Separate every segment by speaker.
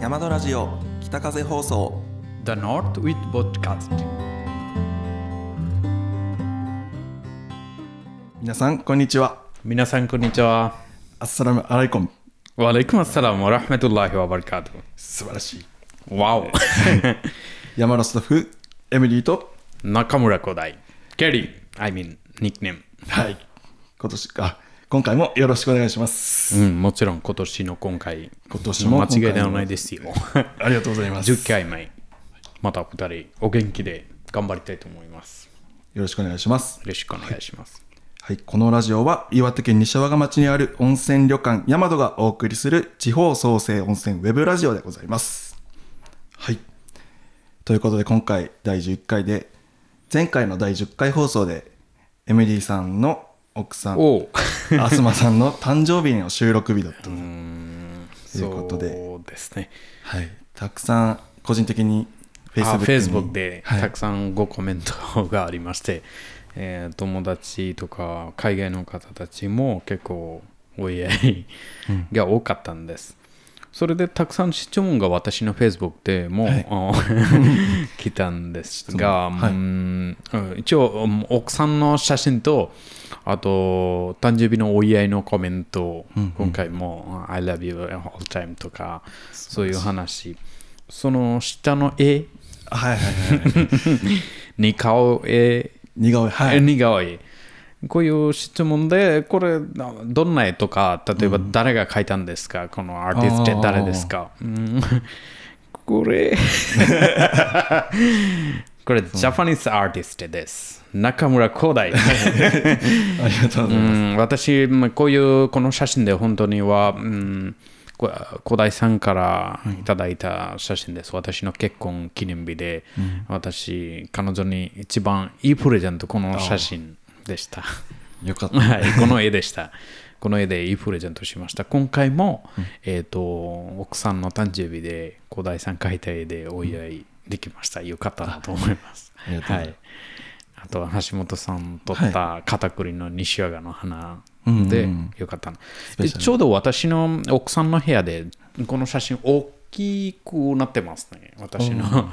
Speaker 1: 山田ラジオ北風放送
Speaker 2: The North with Podcast
Speaker 1: 皆さんこんにちは
Speaker 2: 皆さんこんにちは
Speaker 1: アッサラムアライコン
Speaker 2: わレイクマッサラムラハメトラヒワバリカト
Speaker 1: 素晴らしい
Speaker 2: わお
Speaker 1: 山田スタッフエミリーと
Speaker 2: 中村古代ケリー I mean ニックネーム
Speaker 1: はい今年か今回もよろしくお願いします
Speaker 2: うん、もちろん今年の今回、
Speaker 1: 今年も今回も
Speaker 2: 間違いではないですよ。
Speaker 1: ありがとうございます
Speaker 2: 10回目、またお二人、お元気で頑張りたいと思います。
Speaker 1: よろしくお願いします
Speaker 2: よろしくお願いします。
Speaker 1: はい、このラジオは岩手県西和賀町にある温泉旅館ヤマドがお送りする地方創生温泉ウェブラジオでございます。はい。ということで今回第11回で、前回の第10回放送で、エミリーさんの奥さん、
Speaker 2: おう
Speaker 1: アスマさんの誕生日の収録日だった。ということで
Speaker 2: そうですね。
Speaker 1: はい。たくさん個人的に
Speaker 2: フ
Speaker 1: Facebook に
Speaker 2: ェイスブックで
Speaker 1: はい
Speaker 2: たくさんごコメントがありまして、 えー友達とか海外の方たちも結構お祝いが多かったんです。それでたくさん質問が私のフェイスブックでも、
Speaker 1: はい
Speaker 2: あ 来たんです
Speaker 1: 質
Speaker 2: が、
Speaker 1: 問はい
Speaker 2: うんうん一応うん奥さんの写真とあと誕生日のお祝いのコメント、今回も「I love you all time」とかそういう話その下の絵
Speaker 1: はいはいはい。
Speaker 2: に顔絵
Speaker 1: 似顔絵、はい。
Speaker 2: に顔絵こういう質問でこれどんな絵とか例えば誰が描いたんですか、このアーティストって誰ですかうんこれこれジャパニーズアーティストです中村光大
Speaker 1: ありがとうございます。
Speaker 2: うん、私、まあこういうこの写真で本当には、うん、こ小田井さんからいただいた写真です。私の結婚記念日で、私、彼女に一番いいプレゼント、この写真でした。
Speaker 1: よかった。
Speaker 2: はい、この絵でした。この絵でいいプレゼントしました。今回も、えっ、と、奥さんの誕生日で、小田井さん描いた絵でお祝いできました。よかったなと思います。
Speaker 1: ありがとうございます
Speaker 2: はい。あとは橋本さん撮った片栗の西和賀の花
Speaker 1: うん
Speaker 2: でよかったな、
Speaker 1: ペシャル
Speaker 2: でちょうど私の奥さんの部屋でこの写真大きくなってますね私の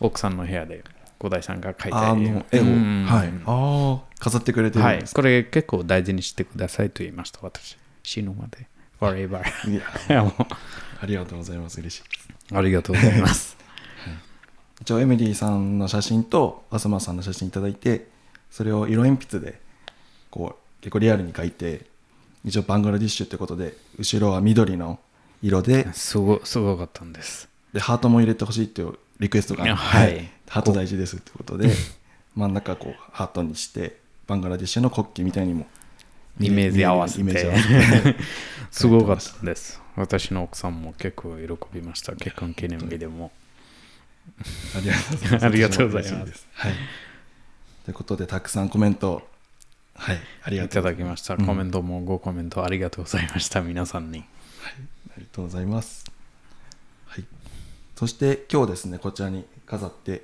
Speaker 2: 奥さんの部屋で小田井さんが描いた
Speaker 1: あの絵を、はい。ああ、飾ってくれてるん
Speaker 2: は
Speaker 1: で
Speaker 2: い
Speaker 1: す、
Speaker 2: これ結構大事にしてくださいと言いました私死ぬまで forever
Speaker 1: いや
Speaker 2: いやも
Speaker 1: ありがとうございます。嬉しいです。
Speaker 2: うありがとうございます
Speaker 1: 一応エミリーさんの写真とアスマさんの写真いただいてそれを色鉛筆でこう結構リアルに描いて一応バングラディッシュってことで後ろは緑の色です
Speaker 2: ごすごかったんです
Speaker 1: でハートも入れてほしいっていうリクエストがあって
Speaker 2: はい
Speaker 1: ハート大事ですってことで真ん中こうハートにしてバングラディッシュの国旗みたいにも
Speaker 2: イメージ合わせ
Speaker 1: イメージ合わ
Speaker 2: て
Speaker 1: せて
Speaker 2: すごかったです私の奥さんも結構喜びました結婚記念日でも
Speaker 1: ありがとうございます。
Speaker 2: ありがとうござ
Speaker 1: 私
Speaker 2: います
Speaker 1: も嬉しです。はい。ということで、たくさんコメント、はい、ありが
Speaker 2: い
Speaker 1: と
Speaker 2: た
Speaker 1: うござ
Speaker 2: だきましたコメントもごコメントありがとうございました皆さんに
Speaker 1: ありがとうございます。はい。そして、今日ですね、こちらに飾って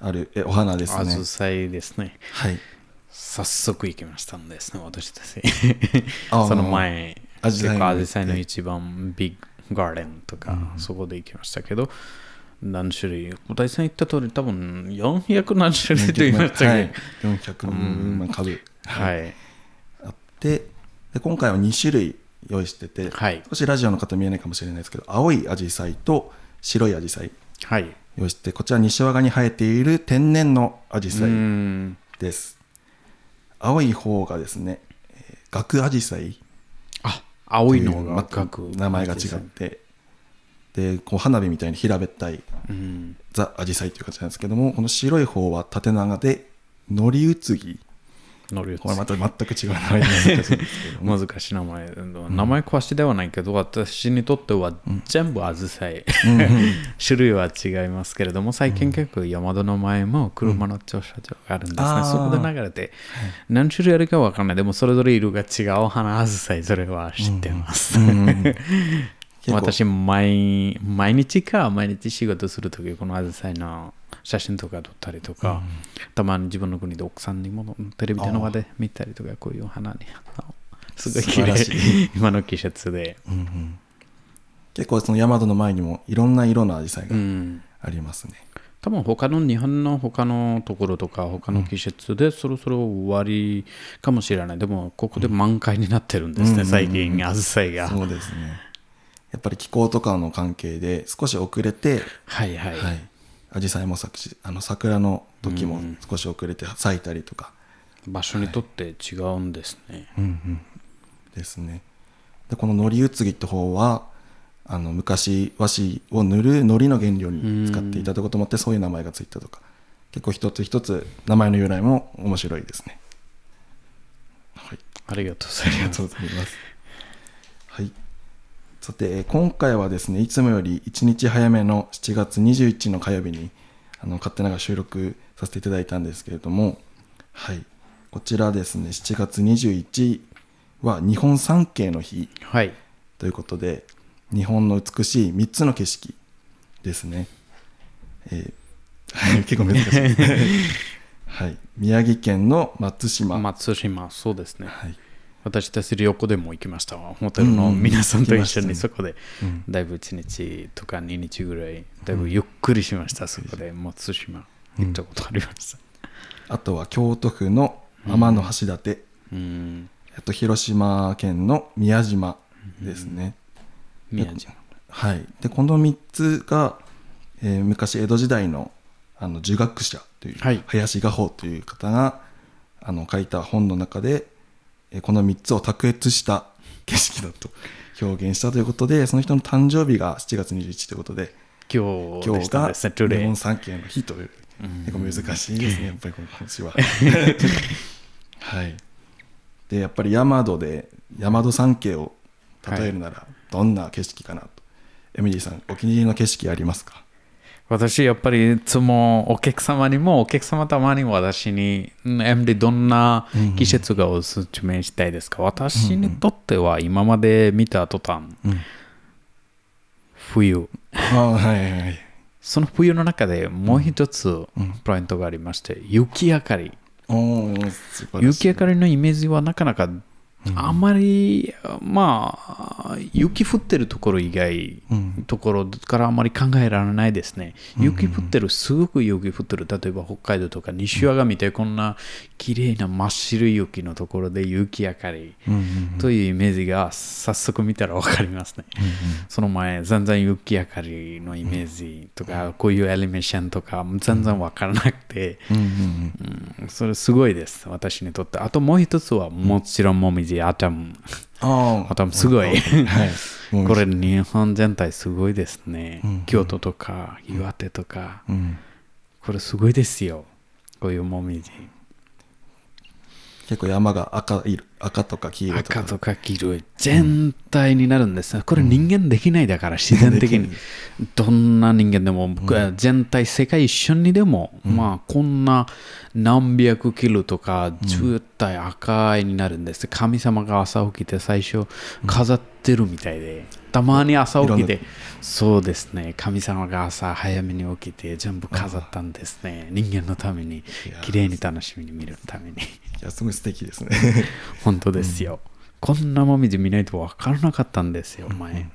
Speaker 1: あるえお花です
Speaker 2: あ
Speaker 1: ね
Speaker 2: ず。さいですね
Speaker 1: はい。
Speaker 2: 早速行きましたんですね、私たち。
Speaker 1: あー
Speaker 2: その前、
Speaker 1: アジ
Speaker 2: 結
Speaker 1: サイ
Speaker 2: 構アジサイの一番ビッグガーデンとか、そこで行きましたけど、何種類、小田井さん言った通り、多分400何種類と言いましたけど、
Speaker 1: はい、400万株
Speaker 2: はい。
Speaker 1: あってで、今回は2種類用意してて、
Speaker 2: はい
Speaker 1: 少しラジオの方見えないかもしれないですけど、青いアジサイと白いアジサイ
Speaker 2: はい。
Speaker 1: 用意して、こちら西和賀に生えている天然のアジ
Speaker 2: う
Speaker 1: サイ。
Speaker 2: ん。
Speaker 1: です青い方がですねえーガクアジサイ
Speaker 2: あ、青い
Speaker 1: とい
Speaker 2: の
Speaker 1: う
Speaker 2: が赤く。
Speaker 1: 名前が違ってでこう花火みたいに平べったい
Speaker 2: うん。
Speaker 1: ザアジサイという感じなんですけどもこの白い方は縦長でノリウツギ
Speaker 2: 乗るやつ
Speaker 1: これまた全く違う名前になるんですけども
Speaker 2: 難しい名前、名前詳しではないけど私にとっては全部アジサイ種類は違いますけれども最近結構山田の前も車の駐車場があるんですね、
Speaker 1: あー
Speaker 2: そこで流れて何種類あるかわからないでもそれぞれ色が違う花アジサイそれは知ってます、
Speaker 1: 構
Speaker 2: 私毎毎日か毎日仕事するときこのアジサイの写真とか撮ったりとか、たまに自分の国で奥さんにもテレビ電話で見たりとかこ ういう花にあのすごい綺
Speaker 1: 素晴ら
Speaker 2: 麗
Speaker 1: し
Speaker 2: 今の季節で、
Speaker 1: 結構その山戸の前にもいろんな色の紫陽
Speaker 2: う
Speaker 1: 花が
Speaker 2: ん
Speaker 1: ありますね、
Speaker 2: 多分他の日本の他のところとか他の季節でそろそろ終わりかもしれないでもここで満開になってるんですね、最近アジサイが
Speaker 1: そうですねやっぱり気候とかの関係で少し遅れて
Speaker 2: はいはい、
Speaker 1: はい紫陽花も咲くしあの桜の時も少し遅れて咲いたりとか
Speaker 2: 場所にとって違うんですね、
Speaker 1: ですねでこののりうつぎって方はあの昔和紙を塗るのりの原料に使っていたということもあってそういう名前がついたとか結構一つ一つ名前の由来も面白いですねはい
Speaker 2: ありがとうござい
Speaker 1: あり
Speaker 2: ま
Speaker 1: が
Speaker 2: す
Speaker 1: とうございます。はい。さて、えー今回はですね、いつもより1日早めの7月21日の火曜日に、あの、勝手ながら収録させていただいたんですけれども、はい。こちらですね、7月21は日本三景の日
Speaker 2: はい
Speaker 1: ということで、日本の美しい3つの景色ですね。えー はい結構難しいですね。 はい。宮城県の松島。
Speaker 2: 松島そうですね
Speaker 1: はい。
Speaker 2: 私たち旅行でも行きましたわホテルの皆さんと一
Speaker 1: うん行き
Speaker 2: 緒
Speaker 1: ま
Speaker 2: に
Speaker 1: した
Speaker 2: そこで
Speaker 1: うん
Speaker 2: だいぶ1日とか2日ぐらいだいぶゆっくりしましたそこで松島行ったことありました
Speaker 1: あとは京都府の天橋立、
Speaker 2: うん
Speaker 1: あと広島県の宮島ですね、
Speaker 2: 宮島
Speaker 1: はいでこの3つが、えー昔江戸時代のあの儒学者という、
Speaker 2: はい
Speaker 1: 林画法という方があの書いた本の中で、えーこの3つを卓越した景色だと表現したということでその人の誕生日が7月21日ということで
Speaker 2: 今日
Speaker 1: 今
Speaker 2: で
Speaker 1: 日
Speaker 2: した
Speaker 1: が
Speaker 2: ねセ
Speaker 1: 日
Speaker 2: トゥレ
Speaker 1: 本三景の日という結構難しいです ねやっぱりこの話ははいでやっぱり山戸で山戸三景を例えるならどんな景色かなと、エミリーさんお気に入りの景色ありますか
Speaker 2: 私やっぱりいつもお客様にもお客様たまに私にうん MD どんな季節がおすすめしたいですか、私にとっては今まで見た途端、
Speaker 1: うん
Speaker 2: 冬
Speaker 1: あーはいはいはい
Speaker 2: その冬の中でもう一つポイントがありまして、雪明かり
Speaker 1: おー素晴らしい
Speaker 2: 雪明かりのイメージはなかなかあまり、まあ雪降ってるところ以外、ところからあまり考えられないですね雪降ってるすごく雪降ってる例えば北海道とか西和賀見てこんな綺麗な真っ白い雪のところで雪明かり
Speaker 1: うんうん
Speaker 2: というイメージが早速見たら分かりますね、その前全然雪明かりのイメージとか、こういうエレメーションとか全然分からなくて、
Speaker 1: うんうん
Speaker 2: うんそれすごいです、私にとって。あともう一つは、もちろんもみじ、アタム。
Speaker 1: あ
Speaker 2: アタムすごい。
Speaker 1: ーはいもう
Speaker 2: これ、日本全体すごいですね。京都とか、岩手とか、
Speaker 1: うん
Speaker 2: これすごいですよ。こういうもみじ。
Speaker 1: 結構山が赤色赤とか黄色とか
Speaker 2: 赤とか黄色い全体になるんですねこれ人間できないだから自然的にどんな人間でも僕は全体世界一緒にでも、まあこんな何百キロとか渋体赤いになるんです神様が朝起きて最初飾ってるみたいでたまに朝起き
Speaker 1: い
Speaker 2: てそうですね神様が朝早めに起きて全部飾ったんですね人間のために
Speaker 1: や
Speaker 2: 綺麗に楽しみに見るために。
Speaker 1: いやすごい素敵ですね
Speaker 2: 本当ですよ、こんなもみじ見ないと分からなかったんですよ前、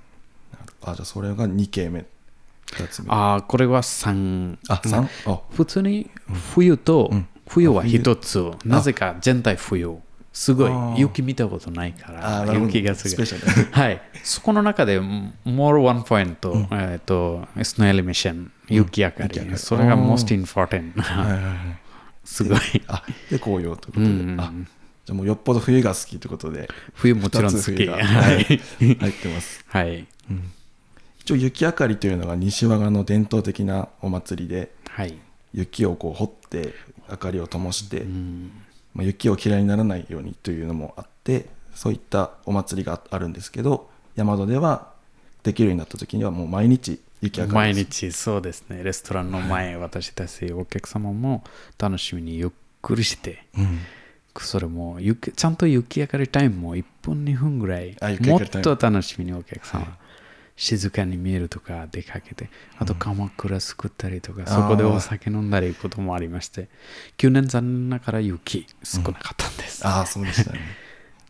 Speaker 1: あじゃあそれが2景目2つ目
Speaker 2: ああこれは3
Speaker 1: あ三あ
Speaker 2: 普通に冬と、冬は一つなぜか全体冬すごい
Speaker 1: あー
Speaker 2: 雪見たことないから
Speaker 1: あーなるほど
Speaker 2: 雪がすごい
Speaker 1: スペシャ
Speaker 2: はいそこの中でもう more one point、えっとスノーエレメーション雪明かり,、
Speaker 1: 雪明かり
Speaker 2: それが
Speaker 1: あー
Speaker 2: most important
Speaker 1: はいはいはい
Speaker 2: すごい
Speaker 1: あで紅葉ということで、
Speaker 2: うんうん
Speaker 1: あじゃあもうよっぽど冬が好きということで
Speaker 2: 冬もちろん
Speaker 1: 二つ
Speaker 2: 好き
Speaker 1: 冬が
Speaker 2: は
Speaker 1: はい
Speaker 2: い、
Speaker 1: 入ってます
Speaker 2: はい
Speaker 1: 一応雪あかりというのが西和賀の伝統的なお祭りで
Speaker 2: はい
Speaker 1: 雪をこう掘って明かりを灯して、まあ、雪を嫌いにならないようにというのもあってそういったお祭りがあるんですけど山戸ではできるようになった時にはもう毎日雪あかり
Speaker 2: 毎
Speaker 1: です
Speaker 2: 日そうですねレストランの前、私たちお客様も楽しみにゆっくりして
Speaker 1: うん
Speaker 2: それも雪ちゃんと雪明かりタイムも1分2分ぐらい
Speaker 1: あ雪明
Speaker 2: も
Speaker 1: か
Speaker 2: っ
Speaker 1: りタイム
Speaker 2: と楽しみにお客様、静かに見えるとか出かけてあと鎌倉作ったりとか、そこでお酒飲んだりこともありまして去年残念ながら雪少なかったんです、
Speaker 1: ああそうでしたね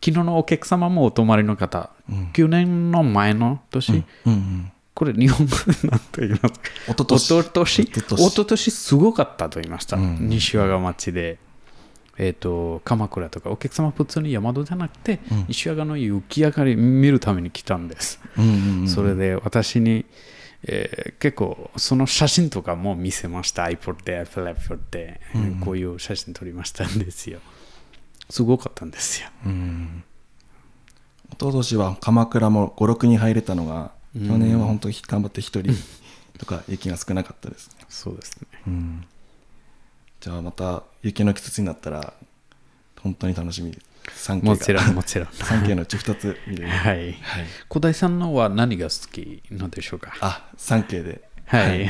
Speaker 2: 昨日のお客様もお泊まりの方、 9年の前の年、
Speaker 1: うんうん、
Speaker 2: これ日本語で何と言いますか
Speaker 1: おととし
Speaker 2: おとと
Speaker 1: お
Speaker 2: し
Speaker 1: ととし
Speaker 2: おととしすごかったと言いました、
Speaker 1: うん
Speaker 2: 西和賀町で、えー、と鎌倉とかお客様普通に山戸じゃなくて、
Speaker 1: うん
Speaker 2: 西和賀の雪上がり見るために来たんです、
Speaker 1: うんうん、
Speaker 2: それで私に、えー結構その写真とかも見せました iPod で iPod で、こういう写真撮りましたんですよすごかったんですよ
Speaker 1: うん一昨年は鎌倉も56人入れたのが、
Speaker 2: うん
Speaker 1: 去年は本当に頑張って1人とか雪が少なかったですね、
Speaker 2: そうですね
Speaker 1: うんじゃあまた雪の季節になったら本当に楽しみです3
Speaker 2: もち
Speaker 1: 景
Speaker 2: ろ
Speaker 1: が
Speaker 2: んもちろん
Speaker 1: 3景のうち2つ見れる、
Speaker 2: はい
Speaker 1: はい、
Speaker 2: 小田井さんのは何が好きなのでしょうか
Speaker 1: あ三3景で
Speaker 2: はい、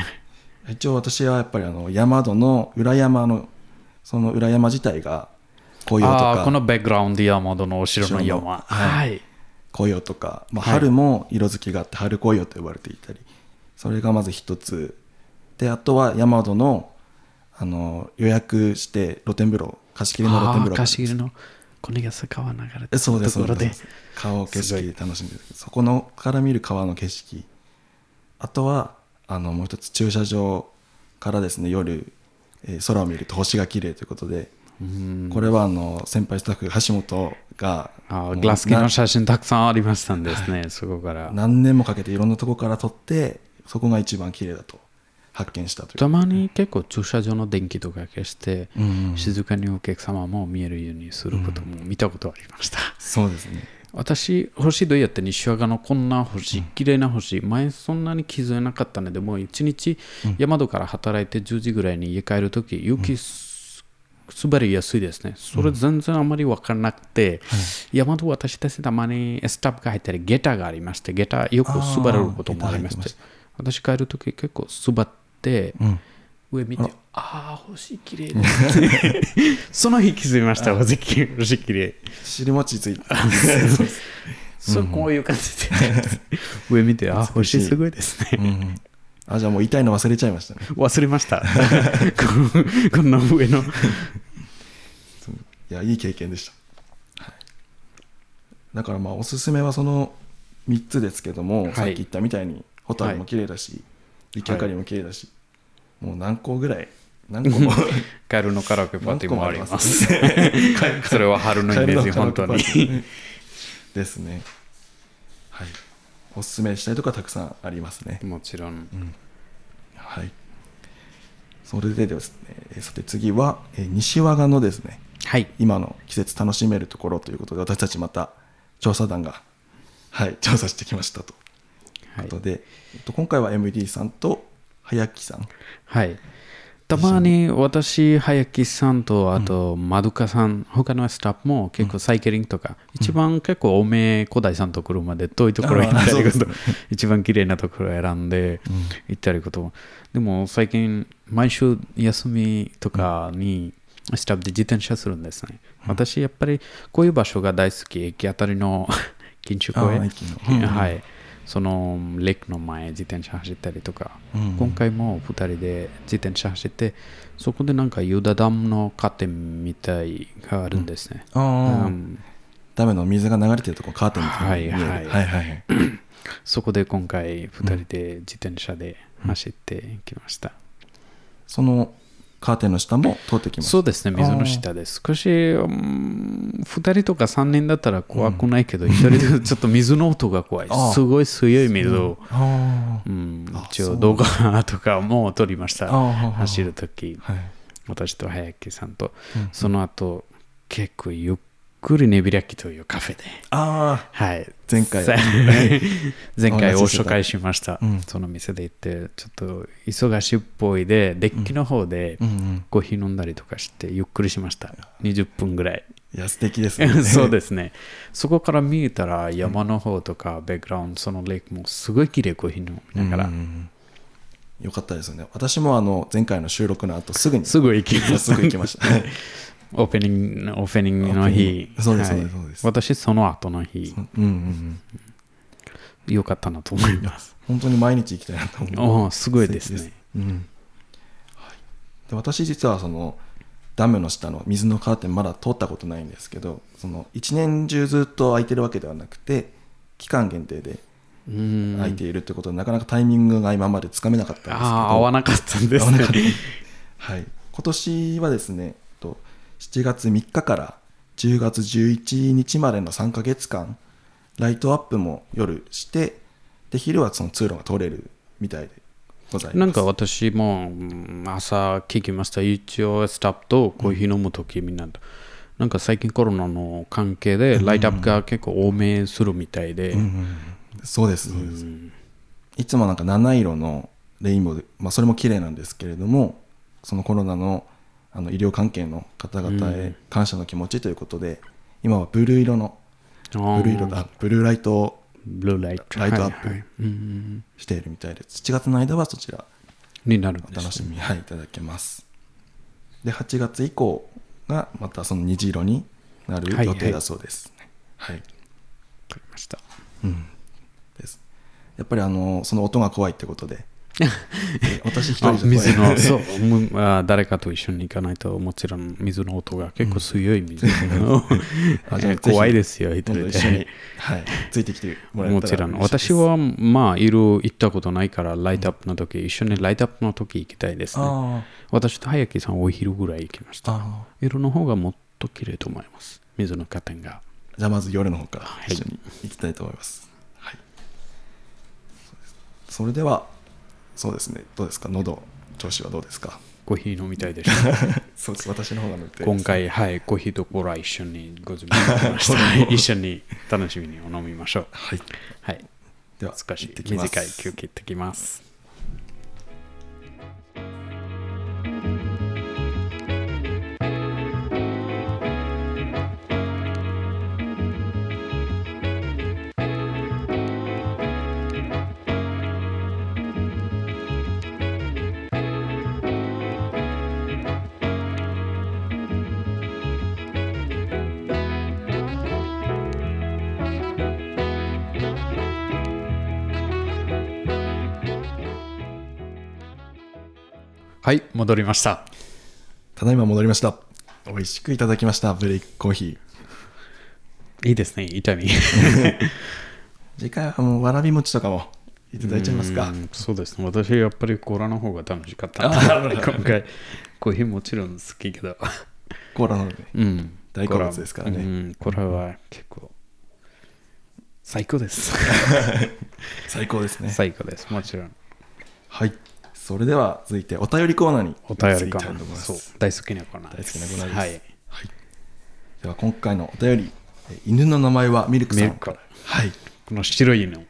Speaker 1: 一応私はやっぱりあの山戸の裏山のその裏山自体が紅葉と
Speaker 2: ああー
Speaker 1: か
Speaker 2: このバックグラウンド山どのお城の山、
Speaker 1: 後ろのはい紅葉とか、まあ、
Speaker 2: はい
Speaker 1: 春も色づきがあって春紅葉と呼ばれていたりそれがまず一つであとは山戸のあの予約して露天風呂貸し切りの露天
Speaker 2: あ
Speaker 1: 風
Speaker 2: あ
Speaker 1: 呂
Speaker 2: 貸し切りのこれが坂は流れて
Speaker 1: え
Speaker 2: る
Speaker 1: そうですそ
Speaker 2: と
Speaker 1: う
Speaker 2: ころで
Speaker 1: です川を景
Speaker 2: すごい
Speaker 1: 色楽しんでるそこのから見る川の景色あとはあのもう一つ駐車場からですね夜、えー空を見ると星が綺麗ということで
Speaker 2: うん
Speaker 1: これはあの先輩スタッフ橋本が
Speaker 2: あ
Speaker 1: も
Speaker 2: ー
Speaker 1: う
Speaker 2: グラスケ
Speaker 1: な
Speaker 2: の写真たくさんありましたんですね、そこから
Speaker 1: 何年もかけていろんなとこから撮ってそこが一番綺麗だと発見したとい
Speaker 2: た
Speaker 1: う、
Speaker 2: まに結構駐車場の電気とか消して、
Speaker 1: うん
Speaker 2: 静かにお客様も見えるようにすることも見たことありました、
Speaker 1: そうですね
Speaker 2: 私星どうやって西和賀のこんな星綺麗な星前そんなに気づいなかったのでもう一日山戸から働いて10時ぐらいに家帰る時雪す滑りやすいですねそれ全然あまり分からなくて山戸私たちたまにスタッフが入ったり下駄がありまして下駄よく滑ることもありまし
Speaker 1: あー下駄入ってま
Speaker 2: て
Speaker 1: し
Speaker 2: 私帰る時結構滑って
Speaker 1: うん
Speaker 2: 上見てああー星綺麗だ その日気づきました星き星綺麗
Speaker 1: 尻餅ついて
Speaker 2: そうこういう感じで上見てあ星すごいですね
Speaker 1: うんあじゃあもう痛いの忘れちゃいましたね
Speaker 2: 忘れました こんこんな上の
Speaker 1: いやいい経験でした、はいだからまあおすすめはその3つですけども、
Speaker 2: はい
Speaker 1: さっき言ったみたいにホタルも綺麗だし雪明かりも綺麗だし、もう何個ぐ らい何個も
Speaker 2: カエルのカラオケパー
Speaker 1: 何
Speaker 2: ティー
Speaker 1: 個
Speaker 2: も
Speaker 1: も
Speaker 2: あ
Speaker 1: あ
Speaker 2: り
Speaker 1: り
Speaker 2: ま
Speaker 1: ますす
Speaker 2: それは春のイメージ本当に
Speaker 1: ですねはいおすすめしたいとかたくさんありますね
Speaker 2: もちろん
Speaker 1: はいそれでですねえーさて次はえー西和賀のですね
Speaker 2: はい
Speaker 1: 今の季節楽しめるところということで私たちまた調査団がはい調査してきましたという
Speaker 2: は
Speaker 1: こ
Speaker 2: い
Speaker 1: とで、えっと今回は MD さんと早木さん
Speaker 2: はいたまに私早木さんとあとまどかさん他のスタッフも結構サイケリングとか一番結構おめえ小田井さんと車で遠いところ行ったりこと 一番綺麗なところを選んで行ったりことでも最近毎週休みとかにスタッフで自転車するんですね私やっぱりこういう場所が大好き駅あたりの 錦糸公
Speaker 1: あー
Speaker 2: 園
Speaker 1: 駅のうん
Speaker 2: はいそのレイクの前自転車走ったりとか、
Speaker 1: うん
Speaker 2: 今回も2人で自転車走ってそこでなんかユダダムのカーテンみたいがあるんですね、
Speaker 1: あ
Speaker 2: うん
Speaker 1: ダメの水が流れてるところカーテンみたいなのが見える
Speaker 2: はい
Speaker 1: はいはい
Speaker 2: そこで今回2人で自転車で走ってきました、
Speaker 1: そのカーテンの下も通ってきます
Speaker 2: そうですね水の下です少し、うん、2人とか3人だったら怖くないけど、一1人でちょっと水の音が怖い
Speaker 1: ああ
Speaker 2: すごい強い水を、
Speaker 1: あ
Speaker 2: うん
Speaker 1: あ、
Speaker 2: 一
Speaker 1: そ
Speaker 2: 応
Speaker 1: う
Speaker 2: 動画とかも撮りまし
Speaker 1: あ
Speaker 2: た
Speaker 1: ああ
Speaker 2: 走るとき
Speaker 1: はい
Speaker 2: 私と早木さんと、
Speaker 1: うん
Speaker 2: その後結構ゆっくり寝開きというカフェで、
Speaker 1: あ
Speaker 2: はい、
Speaker 1: 前回
Speaker 2: さ前回
Speaker 1: お話
Speaker 2: を
Speaker 1: ししてた
Speaker 2: 紹介しました、
Speaker 1: うん
Speaker 2: その店で行ってちょっと忙しいっぽいでデッキの方で
Speaker 1: あうんうん
Speaker 2: コーヒー飲んだりとかしてゆっくりしました20分ぐらい
Speaker 1: いや素敵 ですね
Speaker 2: そうですねそこから見えたら山の方とかベックグラウンドそのレイクもすごい綺麗コーヒー飲みながら、
Speaker 1: うんうんうんよかったですよね私もあの前回の収録の後すぐに
Speaker 2: すぐ行きま
Speaker 1: 早
Speaker 2: した
Speaker 1: 速行きましたはい
Speaker 2: オープニング、オープニングの日。
Speaker 1: そうです
Speaker 2: はい
Speaker 1: そうですそうです
Speaker 2: 私、その後の日、
Speaker 1: うんうんうん
Speaker 2: 良かったなと思います。
Speaker 1: 本当に毎日行きたいなと思う
Speaker 2: おお、すごいですね。
Speaker 1: うんはい、で私実はそのダムの下の水のカーテンまだ通ったことないんですけどその一年中ずっと開いてるわけではなくて期間限定で
Speaker 2: うん
Speaker 1: 空いているということで、なかなかタイミングが今までつかめなかったんですけど
Speaker 2: ああ合わなかったんです
Speaker 1: 合わ
Speaker 2: ね
Speaker 1: なかった はい、今年はですねと7月3日から10月11日までの3ヶ月間ライトアップも夜してで昼はその通路が通れるみたいでございます
Speaker 2: なんか私もうん朝聞きました。一応スタッフとコーヒー飲むときみんなと。なんか最近コロナの関係でライトアップが結構多めするみたいで。
Speaker 1: そうですそうです、いつもなんか七色のレインボーで、まあ、それも綺麗なんですけれどもそのコロナのあの医療関係の方々へ感謝の気持ちということで、今はブルー色の
Speaker 2: ブル
Speaker 1: ブルー色だブルーライトを
Speaker 2: ブルーライト。
Speaker 1: ライトアップ
Speaker 2: はいはいうんうん
Speaker 1: しているみたいで7月の間はそちら
Speaker 2: になるん
Speaker 1: お
Speaker 2: です
Speaker 1: 楽しみ、はい、いただけますで8月以降がまたその虹色になる
Speaker 2: はい
Speaker 1: 予定だそうですねはい、
Speaker 2: わかりました。
Speaker 1: ですやっぱりあのその音が怖いってこと でえ私一
Speaker 2: あ
Speaker 1: 人じゃ怖い
Speaker 2: 水 の、 そう、むあ誰かと一緒に行かないと、もちろん水の音が結構強い水の
Speaker 1: あじゃあぜひ
Speaker 2: 怖いですよ、一
Speaker 1: 今度
Speaker 2: 人
Speaker 1: 一緒に
Speaker 2: で。、
Speaker 1: はい、ついてきてもらえたら
Speaker 2: もちろん
Speaker 1: 嬉しいです
Speaker 2: 私はまあいろ行ったことないからライトアップの時、一緒にライトアップの時行きたいですね
Speaker 1: あ
Speaker 2: 私と早木さんはお昼ぐらい行きまし
Speaker 1: あ
Speaker 2: た
Speaker 1: あ
Speaker 2: 色の方がもっと綺麗と思います水の加点が
Speaker 1: ーじゃあまず夜の方から
Speaker 2: はい
Speaker 1: 一緒に行きたいと思います、はい、そうですそれではそうですねどうですか喉調子はどうですか
Speaker 2: コーヒー飲みたいでした
Speaker 1: そうです私の方が向いて
Speaker 2: 今回はいコーヒーとコーラ一緒にご準備し ましたはい一緒に楽しみにお飲みましょう
Speaker 1: はい
Speaker 2: はい
Speaker 1: では
Speaker 2: 少し
Speaker 1: 行ってきます
Speaker 2: 短い休憩行ってきますはい戻りました
Speaker 1: ただいま戻りました美味しくいただきましたブレイクコーヒー
Speaker 2: いいですね痛み
Speaker 1: 次回はもうわらび餅とかもいただいちゃいますか
Speaker 2: うんそうですね私やっぱりコーラの方が楽しかったな今回コーヒーもちろん好きけど
Speaker 1: コーラのね
Speaker 2: うん
Speaker 1: 大好物ですからね
Speaker 2: コーラうんコーラは結構最高です
Speaker 1: 最高ですね
Speaker 2: 最高ですもちろん
Speaker 1: はいそれでは続いてお便りコーナーに
Speaker 2: お便り
Speaker 1: 移り
Speaker 2: か
Speaker 1: たいと思いま
Speaker 2: そう
Speaker 1: す
Speaker 2: 大好きなコーナー
Speaker 1: 大好きなコーナーです
Speaker 2: はい
Speaker 1: はい、では今回のお便りえ犬の名前はミルクさん
Speaker 2: ミルクから
Speaker 1: はい
Speaker 2: この白い犬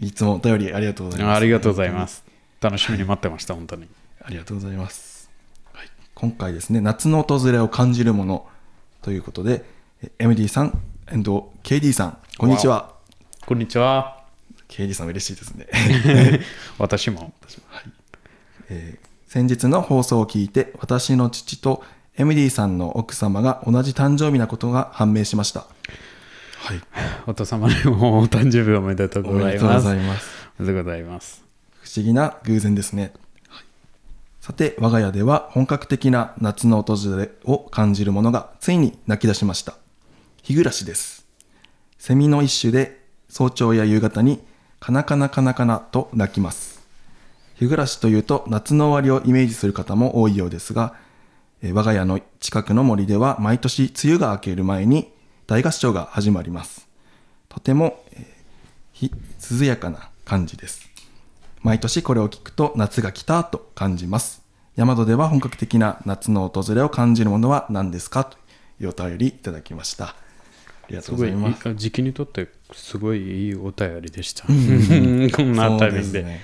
Speaker 1: いつもお便りありがとうございます
Speaker 2: ありがとうございます楽しみに待ってました本当に
Speaker 1: ありがとうございます、はい、今回ですね夏の訪れを感じるものということでえ MD さん &KD さんこんにちは
Speaker 2: こんに ちは
Speaker 1: KD さん嬉しいですね
Speaker 2: 私も
Speaker 1: えー先日の放送を聞いて私の父と MD さんの奥様が同じ誕生日なことが判明しましたはい
Speaker 2: お父様にもお誕生日おめでとう
Speaker 1: お
Speaker 2: ご
Speaker 1: め
Speaker 2: ざ
Speaker 1: で
Speaker 2: い
Speaker 1: とうご
Speaker 2: ます
Speaker 1: ざいます
Speaker 2: おめでとうございます
Speaker 1: 不思議な偶然ですね、さて我が家では本格的な夏の訪れを感じるものがついに泣き出しました日暮らしですセミの一種で早朝や夕方にカナカナカナカナと鳴きます日暮らしというと夏の終わりをイメージする方も多いようですがえー我が家の近くの森では毎年梅雨が明ける前に大合唱が始まりますとても、えーひ涼やかな感じです毎年これを聞くと夏が来たと感じます。ヤマドでは本格的な夏の訪れを感じるものは何ですかというお便りいただきました。ありがと
Speaker 2: す
Speaker 1: うご
Speaker 2: ご
Speaker 1: ざ
Speaker 2: い
Speaker 1: い
Speaker 2: い
Speaker 1: ます。
Speaker 2: い時期にとってすごいいいお便りでした。こんなタイミ
Speaker 1: そう
Speaker 2: ングで。
Speaker 1: すね。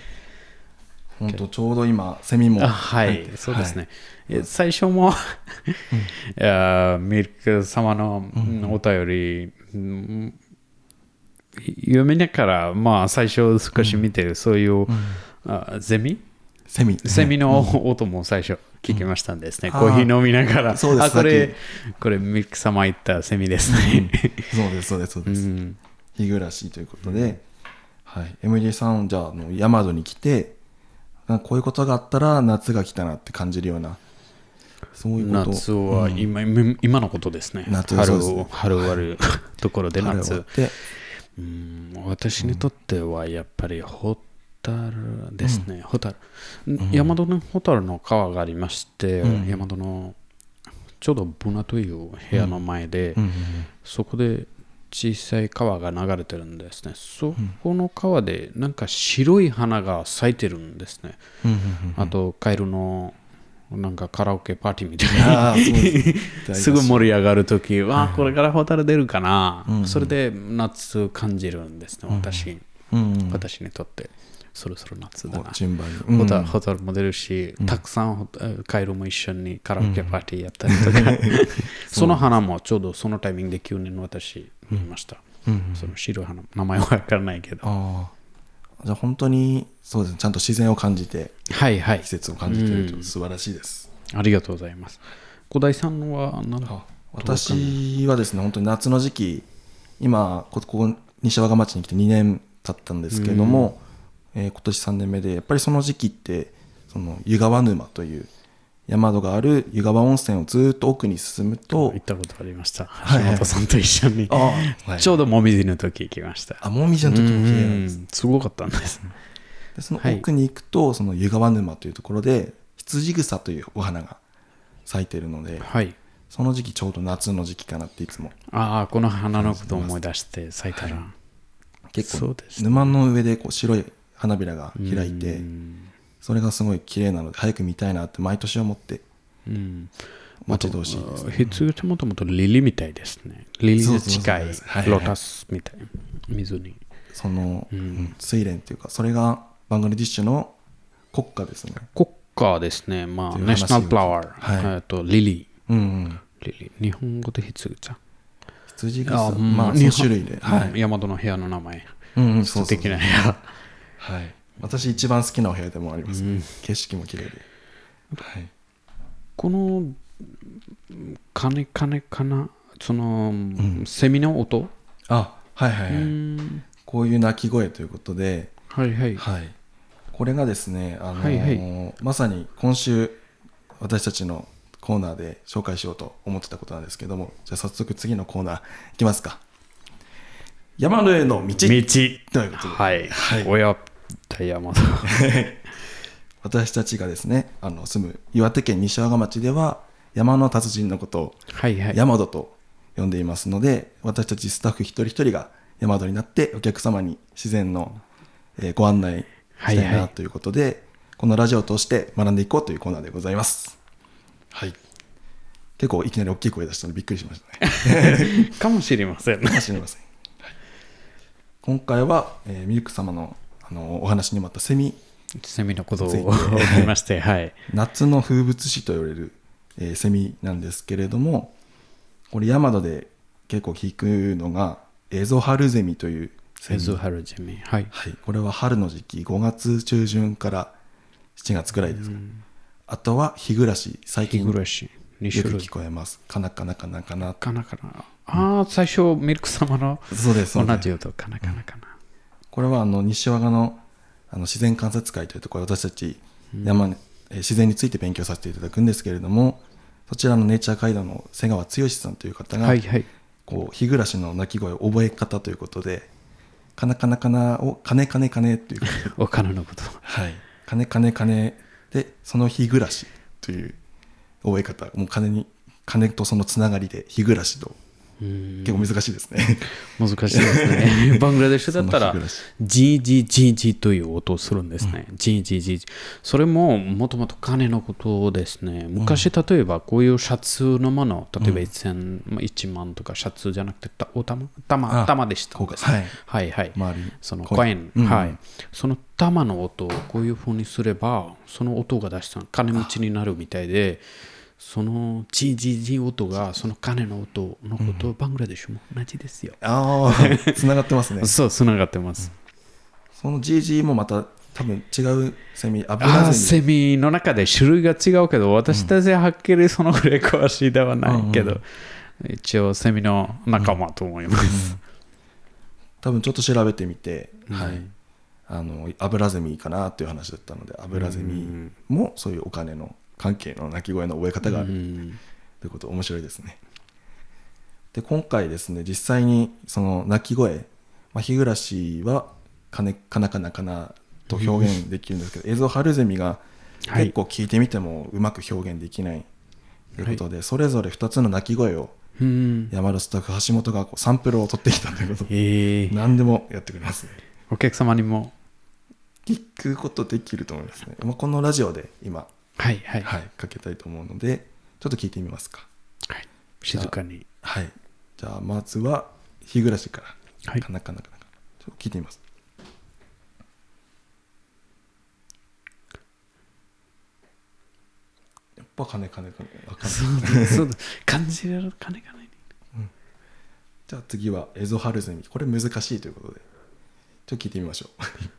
Speaker 1: 本当ちょうど今セミも
Speaker 2: あは
Speaker 1: 入っ
Speaker 2: い
Speaker 1: て、
Speaker 2: そうですね。
Speaker 1: はい
Speaker 2: え最初 も、いやーミルク様のお便り、うん読みながら、まあ、最初少し見てる、そういう、あゼミ
Speaker 1: セミ
Speaker 2: セミの音も最初聞きましたんですね。
Speaker 1: うん
Speaker 2: コーヒー飲みながら、
Speaker 1: そうです
Speaker 2: あこ
Speaker 1: さ
Speaker 2: れ、これミルク様言ったセミですね。
Speaker 1: そうですそうですそうです。
Speaker 2: うん
Speaker 1: 日暮らしということで、はい、MD さんじゃああのヤマドに来てなんかこういうことがあったら夏が来たなって感じるようなそういうこと
Speaker 2: 夏は今,、今のことですね。
Speaker 1: 夏は
Speaker 2: 春
Speaker 1: そうですね
Speaker 2: を春終わるところで
Speaker 1: 春を追っ
Speaker 2: 夏。
Speaker 1: て
Speaker 2: うん私にとってはやっぱりホタルですね、ホタル。大和のホタルの川がありまして、大和のちょうどブナという部屋の前で、そこで小さい川が流れてるんですね。そこの川でなんか白い花が咲いてるんですね。あとカエルのなんかカラオケパーティーみたいな。
Speaker 1: ああそうです
Speaker 2: すぐ盛り上がるときは、これからホタル出るかな、それで夏感じるんですね、私、
Speaker 1: うんうん
Speaker 2: 私にとって、そろそろ夏だな。
Speaker 1: 順番に
Speaker 2: ホタホタルも出るし、たくさんホタカエルも一緒にカラオケパーティーやったり とか、その花もちょうどそのタイミングで9年の私見ました。その白い花、名前はわからないけど。
Speaker 1: ああじゃあ本当にそうですねちゃんと自然を感じて
Speaker 2: はいはい
Speaker 1: 季、節を感じてると素晴らしいです、
Speaker 2: ありがとうございます。小田井さんは何
Speaker 1: あ私はですね本当に夏の時期今ここ西和賀町に来て2年経ったんですけども、えー今年3年目でやっぱりその時期ってその湯川沼という山戸がある湯川温泉をずっと奥に進むと
Speaker 2: 行ったことありました。橋本さんと一緒に。
Speaker 1: ああ
Speaker 2: ちょうどもみじの時行きました。
Speaker 1: あもみじの時も綺麗なんです
Speaker 2: うんすごかったんです。
Speaker 1: でその
Speaker 2: はい
Speaker 1: 奥に行くと、その湯川沼というところで羊草というお花が咲いてるので
Speaker 2: はい。
Speaker 1: その時期ちょうど夏の時期かなっていつも
Speaker 2: ああ、この花のことを思い出して咲いたら。
Speaker 1: 結
Speaker 2: そ
Speaker 1: 構
Speaker 2: うです
Speaker 1: 沼の上でこう白い花びらが開いて
Speaker 2: うん
Speaker 1: それがすごい綺麗なので早く見たいなって毎年思って
Speaker 2: うん。
Speaker 1: 待ち遠しいですね
Speaker 2: 必要ってもともとリリみたいですね。リリに近い
Speaker 1: そうそうそうはいはい
Speaker 2: ロタスみたい。水に。
Speaker 1: その、うん睡蓮っていうかそれがバングラディッシュの国歌ですね
Speaker 2: 国家ですね。ま
Speaker 1: と
Speaker 2: あ、
Speaker 1: いう話を
Speaker 2: ナショナルフラワ
Speaker 1: はい
Speaker 2: ー。えっと、リリ
Speaker 1: うん、うん、
Speaker 2: ー。リリー。日本語で必要じゃん。
Speaker 1: 羊
Speaker 2: あ
Speaker 1: 草
Speaker 2: あ
Speaker 1: まあその種類で、は
Speaker 2: はいい。大和の部屋の名前。
Speaker 1: うんうん、そう
Speaker 2: 素
Speaker 1: そう
Speaker 2: 敵な部屋。
Speaker 1: はい、私一番好きなお部屋でもあります、景色も綺麗で、はい、
Speaker 2: この金金かなその、セミの音、
Speaker 1: あはいはいはい、
Speaker 2: うん
Speaker 1: こういう鳴き声ということで、
Speaker 2: はいはい
Speaker 1: はい、これがですね、あのー
Speaker 2: はいは
Speaker 1: まさに今週私たちのコーナーで紹介しようと思ってたことなんですけどもじゃあ早速次のコーナーいきますか山のへの道ということで、
Speaker 2: はい、
Speaker 1: はい
Speaker 2: 親ダイヤモンド
Speaker 1: 私たちがですねあの住む岩手県西和賀町では山の達人のことを
Speaker 2: はいはい
Speaker 1: ヤマドと呼んでいますので私たちスタッフ一人一人がヤマドになってお客様に自然の、えーご案内したい
Speaker 2: はいは
Speaker 1: ないということで、このラジオを通して学んでいこうというコーナーでございますはい結構いきなり大きい声出したのでびっくりしましたね
Speaker 2: かもしれません
Speaker 1: かもしれません、はい今回は、えーミルク様のあのお話にもあったセミ
Speaker 2: セミのことを
Speaker 1: ついて
Speaker 2: 思いましてはい
Speaker 1: 夏の風物詩と言われる、えーセミなんですけれどもこれ山戸で結構聞くのがエゾハルゼミというセ
Speaker 2: セ
Speaker 1: ミ、
Speaker 2: ズハルジェミはい
Speaker 1: はい、これは春の時期5月中旬から7月ぐらいですか、あとは日暮らし最
Speaker 2: ヒ
Speaker 1: 近
Speaker 2: グ
Speaker 1: よく
Speaker 2: ラシ2種類
Speaker 1: 聞こえますかなかなかなかな
Speaker 2: かなかなああ最初ミルク様の
Speaker 1: そうですそ
Speaker 2: 同
Speaker 1: うです
Speaker 2: じ音かなかなかな
Speaker 1: これはあの西和賀のあの自然観察会というところで私たち山に、えー自然について勉強させていただくんですけれどもそちらのネイチャーガイドの瀬川剛さんという方が、
Speaker 2: はいはい
Speaker 1: こう日暮らしの鳴き声を覚え方ということで「カナカナカナ」を「カネカネカネ」って いう「
Speaker 2: お金のこと
Speaker 1: はい、カネカネカネ」でその日暮らしという覚え方もう金に金とそのつながりで日暮らしと
Speaker 2: うん
Speaker 1: 結構難しいです ね。
Speaker 2: 難しいです ね。バングラデシュだった
Speaker 1: その日
Speaker 2: ら
Speaker 1: 暮らし、
Speaker 2: ジージージージーという音をするんですね。ジージージージー。それももともと金のことですね。昔、例えばこういうシャツのもの、例えば1000、まあ1万とかシャツじゃなくて、たお玉玉
Speaker 1: あ
Speaker 2: 玉でしたんですね、はいはい。
Speaker 1: 周り
Speaker 2: そのコ
Speaker 1: コ
Speaker 2: イ
Speaker 1: イ
Speaker 2: ン、はい。その玉の音をこういうふうにすれば、その音が出した金持ちになるみたいで、そのジージージー音がその金の音のこと、バングラデシュも同じですよ。
Speaker 1: ああつながってますね。
Speaker 2: そう、つながってます。
Speaker 1: その GG もまた多分違うセミ
Speaker 2: あ
Speaker 1: 油
Speaker 2: ー
Speaker 1: ゼミ
Speaker 2: セミの中で種類が違うけど、私たちははっきりそのぐらい詳しいではないけど、一応セミの仲間と思います。
Speaker 1: 多分ちょっと調べてみて、
Speaker 2: うん
Speaker 1: はい、あの油ゼミかなっていう話だったので油ゼミもそういうお金の関係の鳴き声の覚え方があ
Speaker 2: う
Speaker 1: る
Speaker 2: ん
Speaker 1: ということ面白いですね。で今回ですね実際にその鳴き声まあ、日暮らしはかねかなかなかなと表現できるんですけど映像春ゼミが
Speaker 2: はい
Speaker 1: 結構聞いてみてもうまく表現できないということで、それぞれ2つの鳴き声を
Speaker 2: うん。
Speaker 1: 山田スタッフ橋本がこうサンプルを取ってきたという ことで
Speaker 2: ええ
Speaker 1: 何でもやってくれますね
Speaker 2: お客様にも。
Speaker 1: 聞くことできると思いますね、まあ、このラジオで今、
Speaker 2: はいはい。
Speaker 1: はい、かけたいと思うのでちょっと聞いてみますか
Speaker 2: はい静かに。
Speaker 1: はいじゃあまずは日暮らしから、
Speaker 2: はい
Speaker 1: かなかなかなかちょっと聞いてみますやっぱ金金金あ金
Speaker 2: そうだ感じられる金がない。
Speaker 1: じゃあ次はエゾハルゼミこれ難しいということでちょっと聞いてみましょう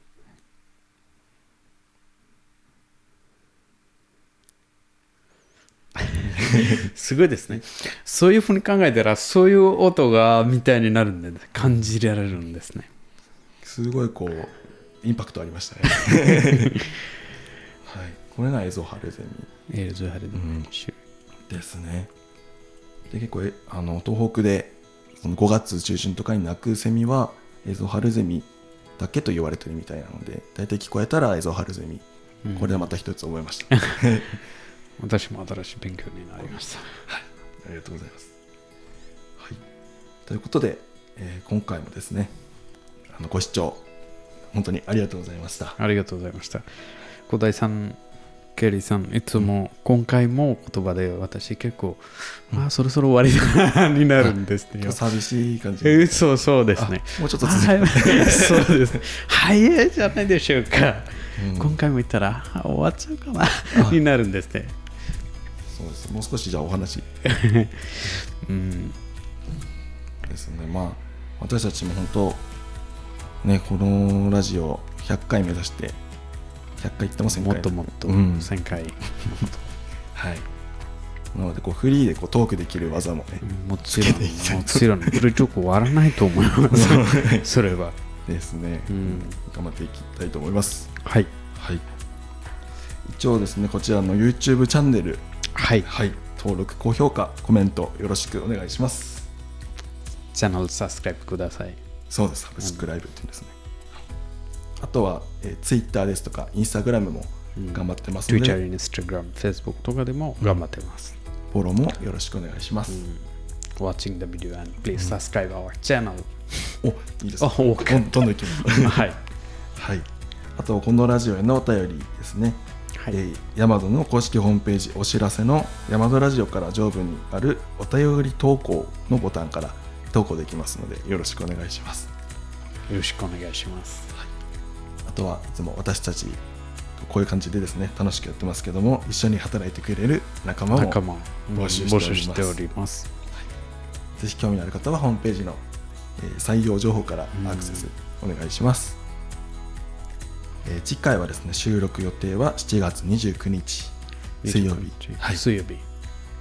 Speaker 2: すごいですね。そういうふうに考えたら、そういう音がみたいになるんで、感じられるんですね。
Speaker 1: すごいこうインパクトありました ねはいこれがエゾハルゼミ
Speaker 2: えー、ズハルの
Speaker 1: うん
Speaker 2: 練習
Speaker 1: ですねで結構えあの東北でその5月中旬とかに鳴くセミはエゾハルゼミだけと言われてるみたいなので大体聞こえたらエゾハルゼミ
Speaker 2: うん
Speaker 1: これでまた一つ覚えま した、あ
Speaker 2: 私も新しい勉強になりました。
Speaker 1: りがとうございます、はい、ということで、えー今回もですねあのご視聴本当にありがとうございました
Speaker 2: ありがとうございました。小田井さん、ケリーさん、いつも今回も言葉で私結構、あーそろそろ終わりだになるんですね。
Speaker 1: 寂しい感じ
Speaker 2: えーそうそうですね。
Speaker 1: もうちょっと続
Speaker 2: はいそうですね。早いじゃないでしょうか。
Speaker 1: うん
Speaker 2: 今回も言ったらあ終わっちゃうかなになるんですね。
Speaker 1: そうですもう少しじゃあお話
Speaker 2: うん、
Speaker 1: ですねまあ私たちも本当ねこのラジオ100回目指して100回いってません
Speaker 2: もっともっと
Speaker 1: うん
Speaker 2: 1000回、
Speaker 1: はいなのでこうフリーでこうトークできる技もね、
Speaker 2: もちろん、もちろん、これちょっと終わらないと思います。それは。
Speaker 1: ですね、
Speaker 2: うん
Speaker 1: 頑張っていきたいと思います
Speaker 2: はい。
Speaker 1: はい一応ですねこちらの YouTube チャンネル
Speaker 2: はい。
Speaker 1: はい登録高評価コメントよろしくお願いします
Speaker 2: チャンネルサブスクライブください。
Speaker 1: そうですサブスクライブっていうんですね、あとは、えー、Twitter ですとか Instagram も頑張ってますので、
Speaker 2: Twitter、Instagram、Facebook とかでも頑張ってます。
Speaker 1: フォローもよろしくお願いします。
Speaker 2: Watching the video and please subscribe our channel.
Speaker 1: お、いいですね。
Speaker 2: あ
Speaker 1: どん
Speaker 2: お
Speaker 1: どんどんいき ます。
Speaker 2: はい。
Speaker 1: はい。あと、このラジオへのお便りですね。
Speaker 2: はい
Speaker 1: えーヤマドの公式ホームページお知らせのヤマドラジオから上部にあるお便り投稿のボタンから投稿できますのでよろしくお願いします。
Speaker 2: よろしくお願いします。
Speaker 1: あとはいつも私たちこういう感じでですね楽しくやってますけども一緒に働いてくれる仲間も
Speaker 2: 仲間
Speaker 1: 募集
Speaker 2: 募集
Speaker 1: し
Speaker 2: してて
Speaker 1: お
Speaker 2: お
Speaker 1: り
Speaker 2: ります。
Speaker 1: ぜひ興味のある方はホームページの、えー採用情報からアクセスお願いします、えー次回はですね収録予定は7月29日水曜日、はい、
Speaker 2: 水曜日。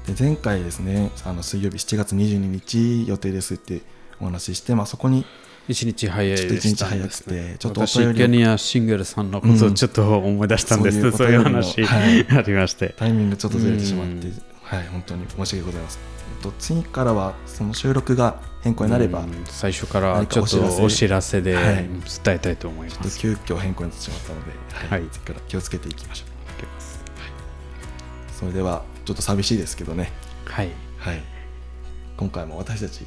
Speaker 1: で前回ですねあの水曜日7月22日予定ですってお話しして、まあ、そこに
Speaker 2: 一日早い
Speaker 1: ちょっと
Speaker 2: で
Speaker 1: 一
Speaker 2: し
Speaker 1: 日
Speaker 2: たん
Speaker 1: 早
Speaker 2: で
Speaker 1: く
Speaker 2: す
Speaker 1: て
Speaker 2: ね。
Speaker 1: ちょっとお便り
Speaker 2: 私、
Speaker 1: を
Speaker 2: ケニア・シングルさんのこと
Speaker 1: う
Speaker 2: を
Speaker 1: ん
Speaker 2: ちょっと思い出したんですね。
Speaker 1: そ
Speaker 2: そうう
Speaker 1: い
Speaker 2: いうう
Speaker 1: お便りの
Speaker 2: 話
Speaker 1: はい
Speaker 2: ありまして。
Speaker 1: タイミングちょっとずれてしまっ
Speaker 2: う
Speaker 1: て
Speaker 2: ん、
Speaker 1: はい、本当に申し訳ございません。えっと次からはその収録が変更になれば、
Speaker 2: う
Speaker 1: ちょ
Speaker 2: ん最初からちょっとお知らせで
Speaker 1: はい
Speaker 2: 伝えたいと思い
Speaker 1: っ
Speaker 2: ま
Speaker 1: と
Speaker 2: す。
Speaker 1: 急遽変更になってしまったので、は
Speaker 2: はいい、
Speaker 1: 次から気をつけていきましょう。それではちょっと寂しいですけどね、
Speaker 2: はい。
Speaker 1: はい、今回も私たち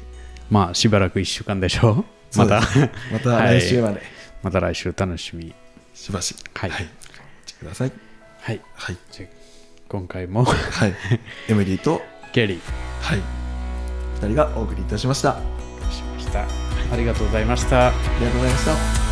Speaker 2: まあしばらく1週間でしょう。また
Speaker 1: そう ですまた来週
Speaker 2: は
Speaker 1: はいね、
Speaker 2: また来週楽しみ。
Speaker 1: しばし、
Speaker 2: はい
Speaker 1: はい、来てください。
Speaker 2: はい。
Speaker 1: はい、
Speaker 2: じゃあ今回も
Speaker 1: はい、エミリーと
Speaker 2: ゲリ
Speaker 1: はい二人がお送りいたしました。あ
Speaker 2: しました。ありがとうございました。
Speaker 1: りがとうございました。